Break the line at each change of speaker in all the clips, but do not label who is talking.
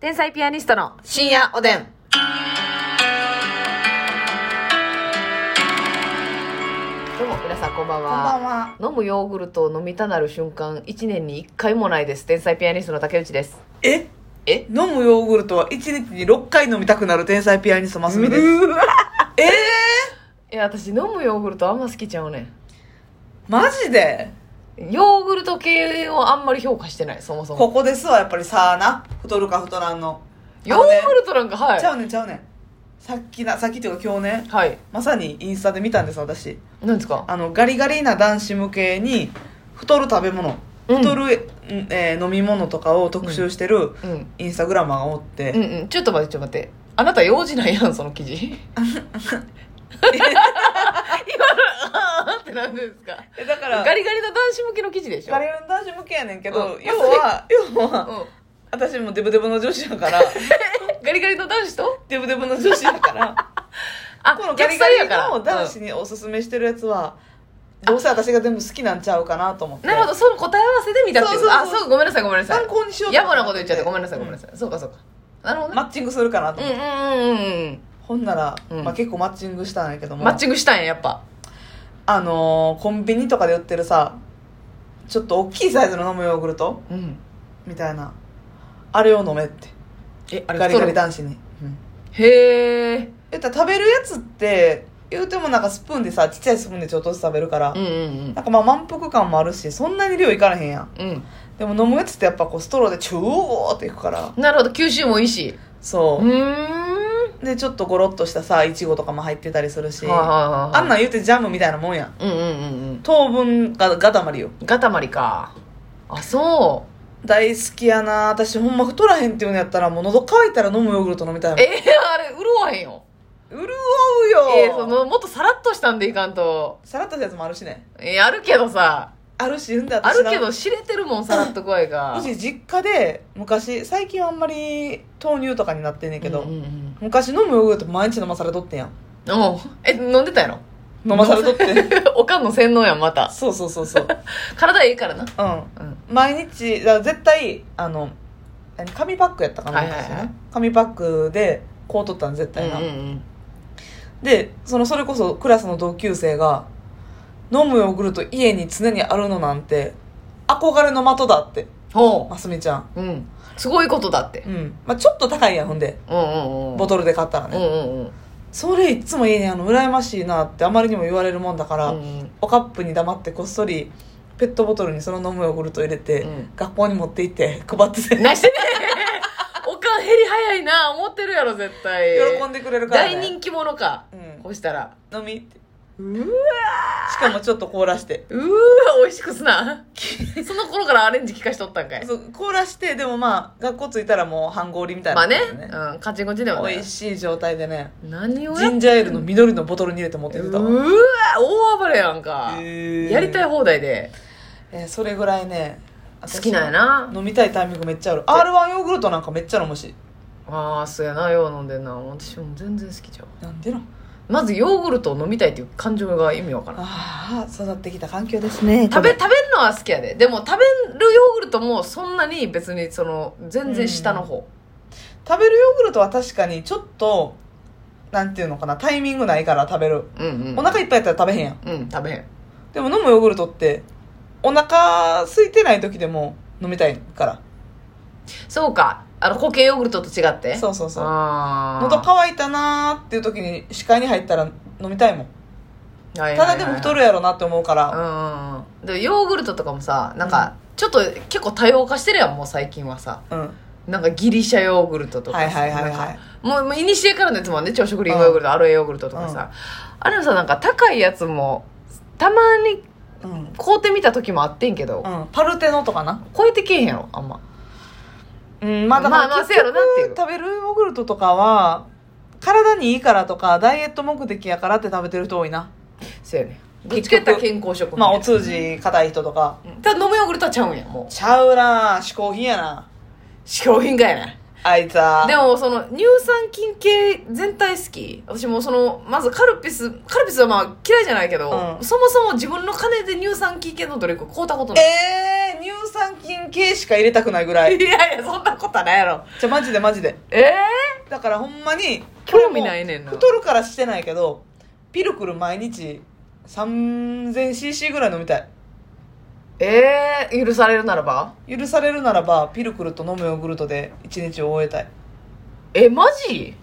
天才ピアニストの深夜おでん。どうも、皆さんこんばん
こんば
は。
んは。
飲むヨーグルトを飲みたなる瞬間、1年に1回もないです。天才ピアニストの竹内です。
え
え
飲むヨーグルトは1日に6回飲みたくなる天才ピアニストマスミです。えー、
いや、私飲むヨーグルトあんま好きちゃうね
マジで
ん。ヨーグルト系をあんまり評価してない、そもそも。
ここですわ、やっぱりさあな。太るか太らんの。
ヨーグルトなんか、は
ちゃ
い。
うねんちゃうねん。さっきな、さっきっていうか今日ね、
はい。
まさにインスタで見たんです、私。
なんですか
あの、ガリガリな男子向けに、太る食べ物、
うん
太る、うんえー飲み物とかを特集してる
うん。
インスタグラマーがおって、
うんうん。ちょっと待って、ちょっと待って。あなた用事ないやん、その記事。今の、あーってなんですか
えだから、
ガリガリな男子向けの記事でしょ
ガリガリの男子向けやねんけど、
うん
要は、要は、
うん
私もデブデブの女子やから
ガリガリの男子と
デブデブの女子や から
あ、
このガ
逆
リガ
サイ
リ
やから
の男子におすすめしてるやつは、どうせ私が全部好きなんちゃうかなと思
う
っ
ん
て
なるほど、その答え合わせで見たってこと
そうそうそう
あ、そう、ごめんなさい、ごめんなさい
参。考にしよう
やぼなこと言っちゃって、ごめんなさい、ごめんな
さ
さい。そうか、そうか。なるほどね
マッチングするかなと思って、
うんうんうんうん
ほんなら、
うん
まあ、結構マッチングしたんやけど
うん。
も
マッチングしたんや、やっぱ。
あのーコンビニとかで売ってるさちょっと大きいサイズの飲むヨーグルト
うん。
みたいなあれを飲めって
え、あれ
ガリガリ
太る
男子に、うん、
へー。
言ったら食べるやつって言うてもなんかスプーンでさちっちゃいスプーンでちょっとずつ食べるから、
うんうん
なんかまあ満腹感もあるしそんなに量いかれへんやん
うん。うん。
でも飲むやつってやっぱこうストローでチューっていくから
なるほど、吸収もいいし。う
そ
ーん。
うでちょっとゴロッとしたさいちごとかも入ってたりするし
はい
あ
はいはいはい
んなん言うてジャムみたいなもんやん
うんうんうんうん
糖分ががだまりよ
ガタマリかあそ
大好きやな私ほんま太らへんっていうのやったらもう喉乾いたら飲むヨーグルト飲みたいう
え
もん
あれ潤わへんよ
潤うよ
えーそのもっとさらっとしたんでいかんと
さらっとしたやつもあるしね
えーあるけどさ
あるしんで
あ
私
る
な
けど知れてるもんさらっと具合が
うち実家で昔最近はあんまり豆乳とかになってんねんけど、
うんうんうん
昔飲むヨーグルト毎日飲まされとってんやん
おうえ飲んでたやろ
飲まされとってん
おかんの洗脳やんまた
そうそうそうそう
体いいからな
うん
うん
毎日だから絶対あの何紙パックやったかな、
はいはいはい
昔ね紙パックでこう取ったん絶対な、
うんうん
でそのそれこそクラスの同級生が「飲むヨーグルト家に常にあるのなんて憧れの的だ」って
ほ
ますみちゃん
ううんすごいことだって
うん、まあ、ちょっと高いやんほんで
うんうんうん
ボトルで買ったら
う
ね、
んうんうん
それいつも家にあの羨ましいなってあまりにも言われるもんだから、
うんうん
おカップに黙ってこっそりペットボトルにその飲むヨーグルト入れて、
うん
学校に持って行って配ってて
何してんねん おかん減り早いな思ってるやろ絶対
喜んでくれるから、ね、
大人気者か、
うん
こうしたら
飲みって
うー
しかもちょっと凍らして
うー美味しくす なその頃からアレンジ聞かしとったんかい
そう凍らしてでもまあ学校着いたらもう半氷みたい
まあ
な、
ね、うん、カチンコチンでも
美
ね
味しい状態でね
何を
ジ
やっ
ンジャーエールの緑のボトルに入れて持っ
て
てって
う
た
ー
わ
わ大暴れやんか、
へー
やりたい放題で
えーそれぐらいね私
好きなんやな
飲みたいタイミングめっちゃある R1 ヨーグルトなんかめっちゃ飲むし
ああそうやなよう飲んでんな私も全然好きちゃう
なんでの
まずヨーグルトを飲みたいっていう感情が意味わからん
ああ育ってきた環境ですね
食べ食べるのは好きやででも食べるヨーグルトもそんなに別にその全然下の方、
食べるヨーグルトは確かにちょっとなんていうのかなタイミングないから食べる
うん、うんうん
お腹いっぱいやったら食べへんやん
うん食べへん
でも飲むヨーグルトってお腹空いてない時でも飲みたいから
そうかあの固形ヨーグルトと違って
そうそうそう
あー
喉乾いたなーっていう時に視界に入ったら飲みたいもん
はいはい
た
はいは
だ
い
でも太るやろなって思うから
うんでヨーグルトとかもさなんかちょっと結構多様化してるやんもう最近はさ
うん
なんかギリシャヨーグルトとか
はいはいはいはい
なんかもうもういにしえからのやつもあるね朝食リンゴヨーグルトアロエヨーグルトとかさ、あれのさなんか高いやつもたまに
うん、
買うてみた時もあってんけど、
うん、パルテノとかな
超えてけえへんやろあんま
うんまあだから
まあまあせやろなっていう
結局食べるヨーグルトとかは体にいいからとかダイエット目的やからって食べてる人多いな
そうやねどっちかやったら健康食品
まあお通じ硬い人とか
うんただ飲むヨーグルトはちゃうんやもう
ちゃうな嗜好品やな
嗜好品かやね
あいつは
でもその乳酸菌系全体好き私もそのまずカルピスカルピスはまあ嫌いじゃないけど、
うん
そもそも自分の金で乳酸菌系のドリンク買うたことない、
えー、乳酸菌系しか入れたくないぐらい
いやいやそんなことはないやろ
じゃあマジでマジで
ええ
だからほんまに
興味ないねんな
これも太るからしてないけどピルクル毎日 3000cc ぐらい飲みたい
ええ許されるならば
許されるならばピルクルと飲むヨーグルトで一日を終えたい
えマジ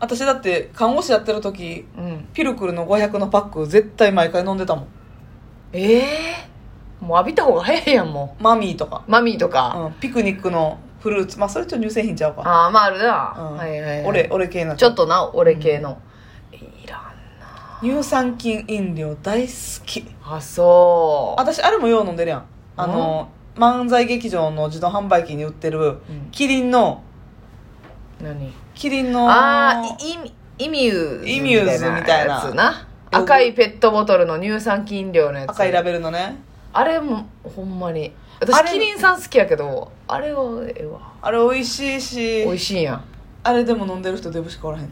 私だって看護師やってる時
うん
ピルクルの500のパック絶対毎回飲んでたもん
ええもう浴びた方が早いやんも
マミーとか、
うマミーとか、
うん、ピクニックのフルーツまあそれと乳製品ちゃうか、
ああまああるな、
うん
はいはい、はい、
俺俺系な
ちょっとな俺系の、いらん
乳酸菌飲料大好き
あそう
私あれもよう飲んでるやんあの漫才劇場の自動販売機に売ってる
うん
キリンの
何
キリンの
あーいイミイミューズ
イミューズみたいな
やつな赤いペットボトルの乳酸菌量のやつ
赤いラベルのね
あれもほんまに
あ
私
れ
キリンさん好きやけどあれはええわ
あれ美味しいし
美味しいやん
あれでも飲んでる人デブしかおらへん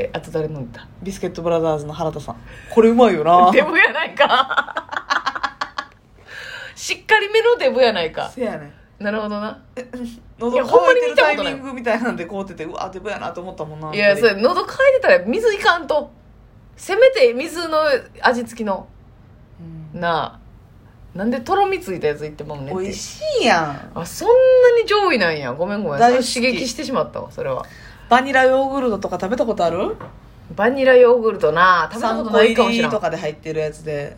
えあと誰飲んだ
ビスケットブラザーズの原田さんこれうまいよ な
デブやないか しっかりめのデブやないか
せやねん
なるほどな
喉
いやほんま
乾い
に
て
見
る
た
タ
こ
イ
とない
ミングみたいなんで凍っててうわデブやなと思ったもんない
やそれ喉渇いてたら水いかんとせめて水の味付きの
うん
なあなんでとろみついたやついってまうねん
美
て
味しいやん
あそんなに上位なんやごめんごめんそ
大
れ
好き
刺激してしまったわそれは
バニラヨーグルトとか食べたことある
バニラヨーグルトな食べたことないかもしれ
3個入りと
ん
かで入ってるやつで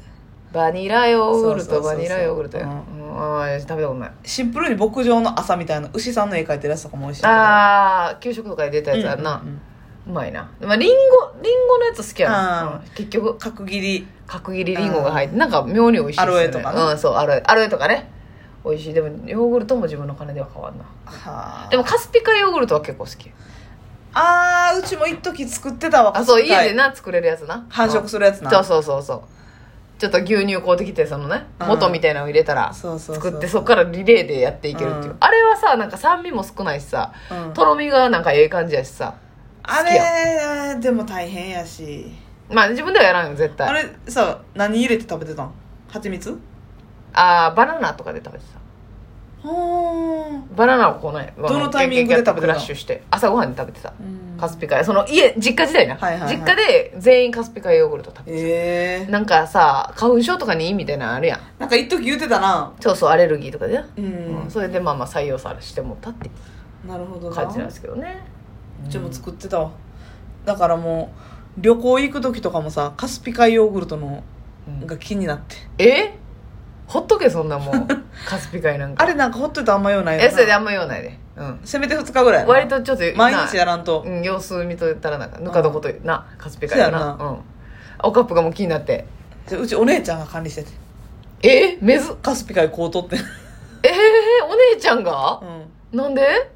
バニラヨーグル
そうそうそう
ト
そう
バニラヨーグルトや、
う
うんんあー食べたことない
シンプルに牧場の朝みたいな牛さんの絵描いてるやつとかも美味しいけど
あー給食とかで出たやつやんな、
うんうんうん
うまいな、まあ、リンゴリンゴのやつ好きやな、
うん
うん結局
角切り
角切りリンゴが入ってなんか妙に美味しいっすよね
アロエとかな
うんそうアロエアロエとかね美味しいでもヨーグルトも自分の金では変わんな
はあ
でもカスピカヨーグルトは結構好き
あーうちも一時作ってたわ
あそう
カスピカ
家でな作れるやつな
繁殖するやつな
そうそうそうそうちょっと牛乳買うてきてそのね
うん
元みたいなのを入れたら
そうそうそう
作ってそこからリレーでやっていけるっていううんあれはさなんか酸味も少ないしさ
うん
とろみがなんかええ感じやしさ
あ
好き
れでも大変やし
まあ自分ではやらんよ絶対
あ
あ
れさ何入れて食べてたん蜂蜜
あーバナナとかで食べてた
は
バナナをこうね
どのタイミングで食べてたの
クラッシュして朝ごはんで食べてたカス
ピ
ピカその家実家時代な、
はいはいはい
実家で全員カスピカヨーグルト食べて
ええ
なんかさ花粉症とかにいいみたいなのあるやん
なんか一時言ってたな
そうそうアレルギーとかでな、
う
うん
ん
それでまあまあ採用されしてもったっていう
なるほどな
感じなんで
う
すけどね
ちも作ってたわだからもう旅行行く時とかもさカスピ海ヨーグルトの
うん
が気になって
えほっとけそんな もんカスピ海なんか
あれなんかほっといたらあんまようないよ
え
な
それであんま言わないで、うん、
せめて2日ぐらいやな
割とちょっと
毎日や
な
らんと
うん様子見とったらなんかぬか床となカスピ海
そう
や
やな
なうんおカップがもう気になって
でうちお姉ちゃんが管理してて
えめず
カスピ海こ う取って
えー、お姉ちゃんが
う、ん
なんで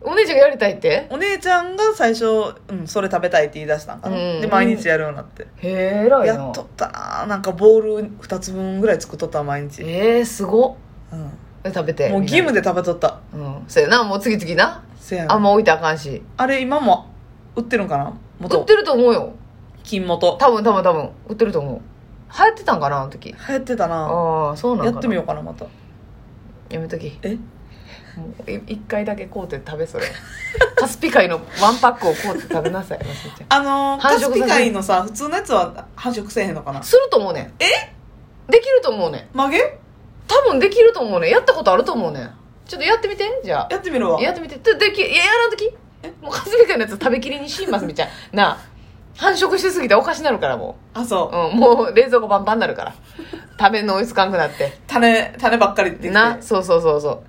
お姉ちゃんがやりたいって
お姉ちゃんが最初、うん、それ食べたいって言い出したんかな、
うん
で毎日やるようになって、
へえ偉いな
やっとったななんかボール2つ分ぐらい作っとった毎日、
えー、すごっ
うん、も
え食べて
う義務
で
で食べとった
うんそうやなもう次々な
せやねん
あんま置いてあかんし
あれ今も売ってるんかな元
売ってると思うよ
金元
多分多分多分売ってると思う流行ってたんかなあの時
流行ってたな
ああそうなんか
や
な
ってみようかなまた
やめとき
え
もうい一回だけ買うて食べそれ カスピ海のワンパックを買うて食べなさ いマスミちゃん
あのー、
繁
カ
殖さ
ス
せ
ピ
る
海のさ普通のやつは繁殖せえへんのかな
すると思うねんえできると思うねん
曲げ
多分できると思うねんやったことあると思うねんちょっとやってみてじゃあ
やってみるわ
やってみてでできいややらんときもうかすみかのやつ食べきりにしますみちゃんなあ繁殖しすぎておかしなるからも
あそう
う、うん、もう冷蔵庫バンバンになるから食べんの追いつかんくなって
種種ばっかりって言っ
な
て
そうそうそうそ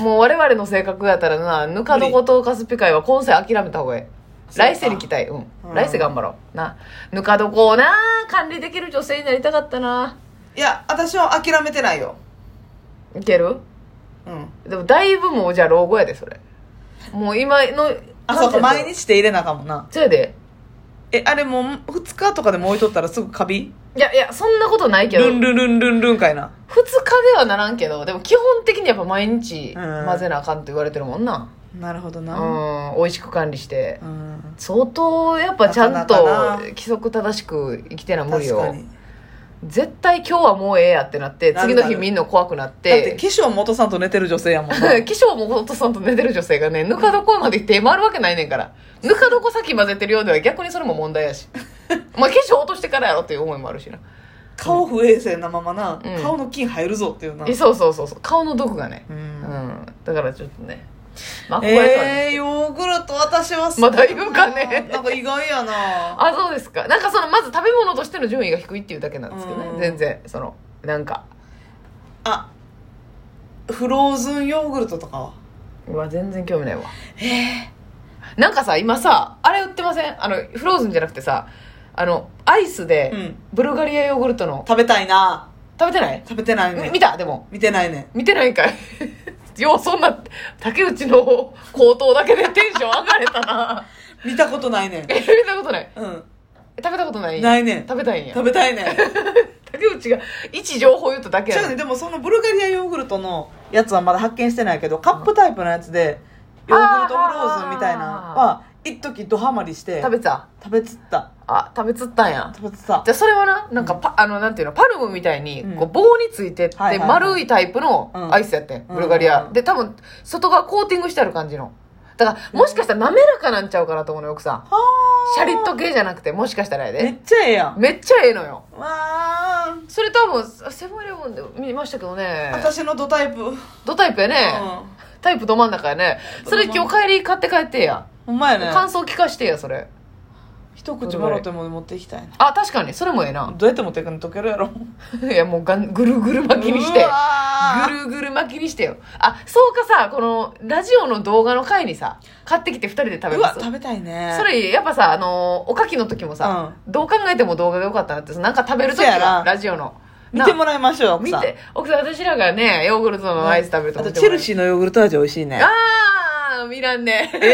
うもう我々の性格やったらなぬか床とカスピ海は今世諦めた方がいい
そうか
来世に期待うん
うん
来世頑張ろうなぬか床をな管理できる女性になりたかったない
や私は諦めてないよ
いける
うん
でもだいぶもうじゃあ老後やでそれもう今の
あそうか毎
日
日手入れなあかんもんな
そうやで
えあれもう2日とかでも置いとったらすぐカビ
いやいやそんなことないけど
ルンルンルンルンルンかいな
2日ではならんけどでも基本的にやっぱ毎日
うん
混ぜなあかんって言われてるもんな、
なるほど
う
な、
ん、美味しく管理して
うん
相当やっぱちゃん
な
と
かなかな
規則正しく生きてな無理
確か
よ
に
絶対今日はもうええやってなって
なる
次
なる
の日みんな怖くなっ
だって
て
化粧元さんと寝てる女性やもん な
化粧もお父さんと寝てる女性がねぬか床まで手回るわけないねんからぬか床先混ぜてるようでは逆にそれも問題 やしまあ化粧落としてからやろっていう思いもあるしな
顔不衛生なままな、
うん
顔の菌入るぞっていうな、
えそうそうそうそう顔の毒がね
う
うんんだからちょっとねまあこれから
えー、ヨーグルト私は好き
まだ言うかね
なんか意外やな
あそうですかなんかそのまず食べ物としての順位が低いっていうだけなんですけど
う
ね
ん
全然そのなんか
あフローズンヨーグルトとかは
うわ全然興味ないわ
え
なんかさ今さあれ売ってませんあのフローズンじゃなくてさあのアイス
ー、う
で
ん
ブルガリアヨーグルトの
食べたいな
食べてない、
食べてない
み
ね
見たでも
見てないね
見てないんかい ようそんな竹内の口頭だけでテンション上がれたな
見たことないね
え見たことない
うん
食べたことない
ないね
食べたいんや
食べたいね
竹内が一情報言っただけ
違
や
う
ね
ねでもそのブルガリアヨーグルトのやつはまだ発見してないけどカップタイプのやつでヨーグルトフローズンみたいなのは一時ドハマりして
食べてた
食べつった
あ食べつったんや
食べつった
じゃあそれはな、なんかパ、あの、なんていうの、パルムみたいに
うん、
こう、棒についてって、
はいはいはい
丸いタイプの
うん
アイスやってん、
うん
ブルガリ
う
ア
ん。
で、多分、外側コーティングしてある感じの。だから、もしかしたら滑らかなんちゃうかなと思うのよ、奥さん。
は
シャリッと系じゃなくて、もしかしたらや
ーめ
で。
っちゃええやんわ
めっちゃええのよ。
あ
それ多分、セブンイレブンで見ましたけどね。
私のドタイプ、うん、
ドタイプやね。タイプど真ん中やね。それ今日帰り買って帰ってや。
ほんまやね
感想聞かしてや、それ。
一口もろても持っていきたいな
あ、確かに、それもええな。
どうやって持っていくの溶ける やろ
いや、もうがん、ぐるぐる巻きにして
う。わ
ぐ
ー
るぐる巻きにしてよ。あ、そうかさ、この、ラジオの動画の回にさ、買ってきて二人で食べ
う
ま
わ
す。
食べたいね
それいい、やっぱさ、あのーおかきの時もさ、どう考えても動画が良かったなって、なんか食べる時
そうやな
は、ラジオの。
見て
ら
もらいましょうよ奥
見
さん
て、奥さん、私らがね、ヨーグルトのアイス食べると
あ
思
と
って
チェルシ
ー。
ーのヨーグルト味美味しいね
あー、見らんね。